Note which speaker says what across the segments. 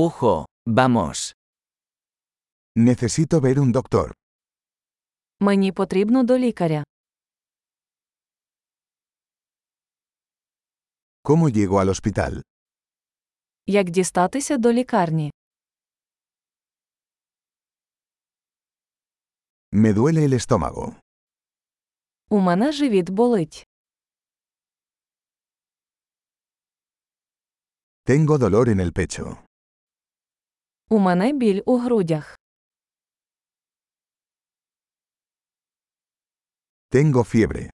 Speaker 1: Ojo, vamos.
Speaker 2: Necesito ver un doctor.
Speaker 3: Мені потрібно до лікаря.
Speaker 2: ¿Cómo llego al hospital?
Speaker 3: Як дістатися до лікарні?
Speaker 2: Me duele el estómago.
Speaker 3: У мене живіт болить.
Speaker 2: Tengo dolor en el pecho.
Speaker 3: У мене біль у грудях.
Speaker 2: Tengo fiebre.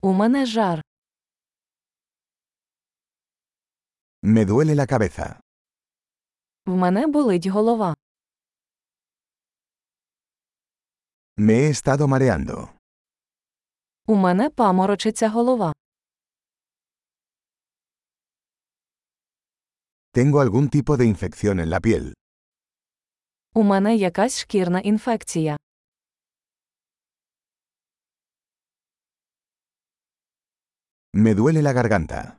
Speaker 3: У мене жар.
Speaker 2: Me duele la cabeza.
Speaker 3: В мене болить голова.
Speaker 2: Me he estado mareando.
Speaker 3: У мене паморочиться голова.
Speaker 2: Tengo algún tipo de infección en la piel.
Speaker 3: У мене якась шкірна інфекція.
Speaker 2: Me duele la garganta.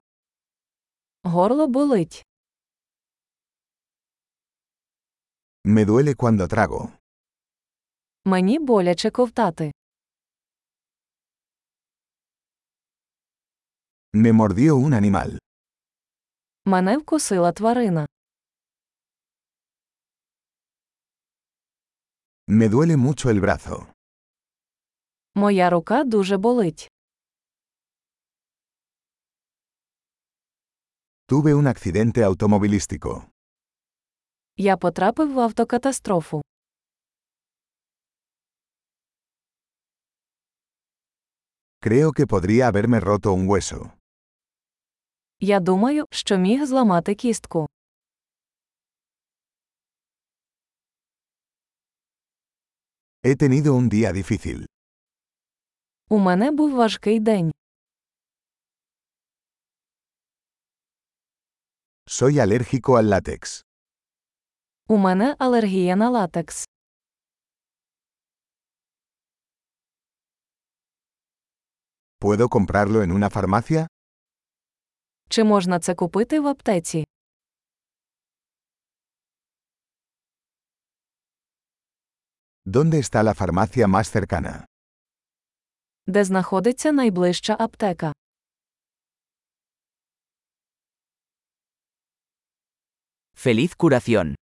Speaker 3: Горло болить.
Speaker 2: Me duele cuando trago.
Speaker 3: Мені боляче ковтати.
Speaker 2: Me mordió un animal.
Speaker 3: Мене вкусила тварина.
Speaker 2: Me duele mucho el brazo.
Speaker 3: Моя рука дуже болить.
Speaker 2: Tuve un accidente automovilístico.
Speaker 3: Я потрапив в автокатастрофу.
Speaker 2: Creo que podría haberme roto un hueso.
Speaker 3: Я думаю, що міг зламати кістку.
Speaker 2: He tenido un día difícil.
Speaker 3: У мене був важкий день.
Speaker 2: Soy alérgico al látex.
Speaker 3: У мене алергія на латекс.
Speaker 2: ¿Puedo comprarlo en una farmacia?
Speaker 3: Чи можна це купити в аптеці?
Speaker 2: ¿Dónde está la farmacia más cercana?
Speaker 3: Де знаходиться найближча аптека?
Speaker 1: Feliz curación.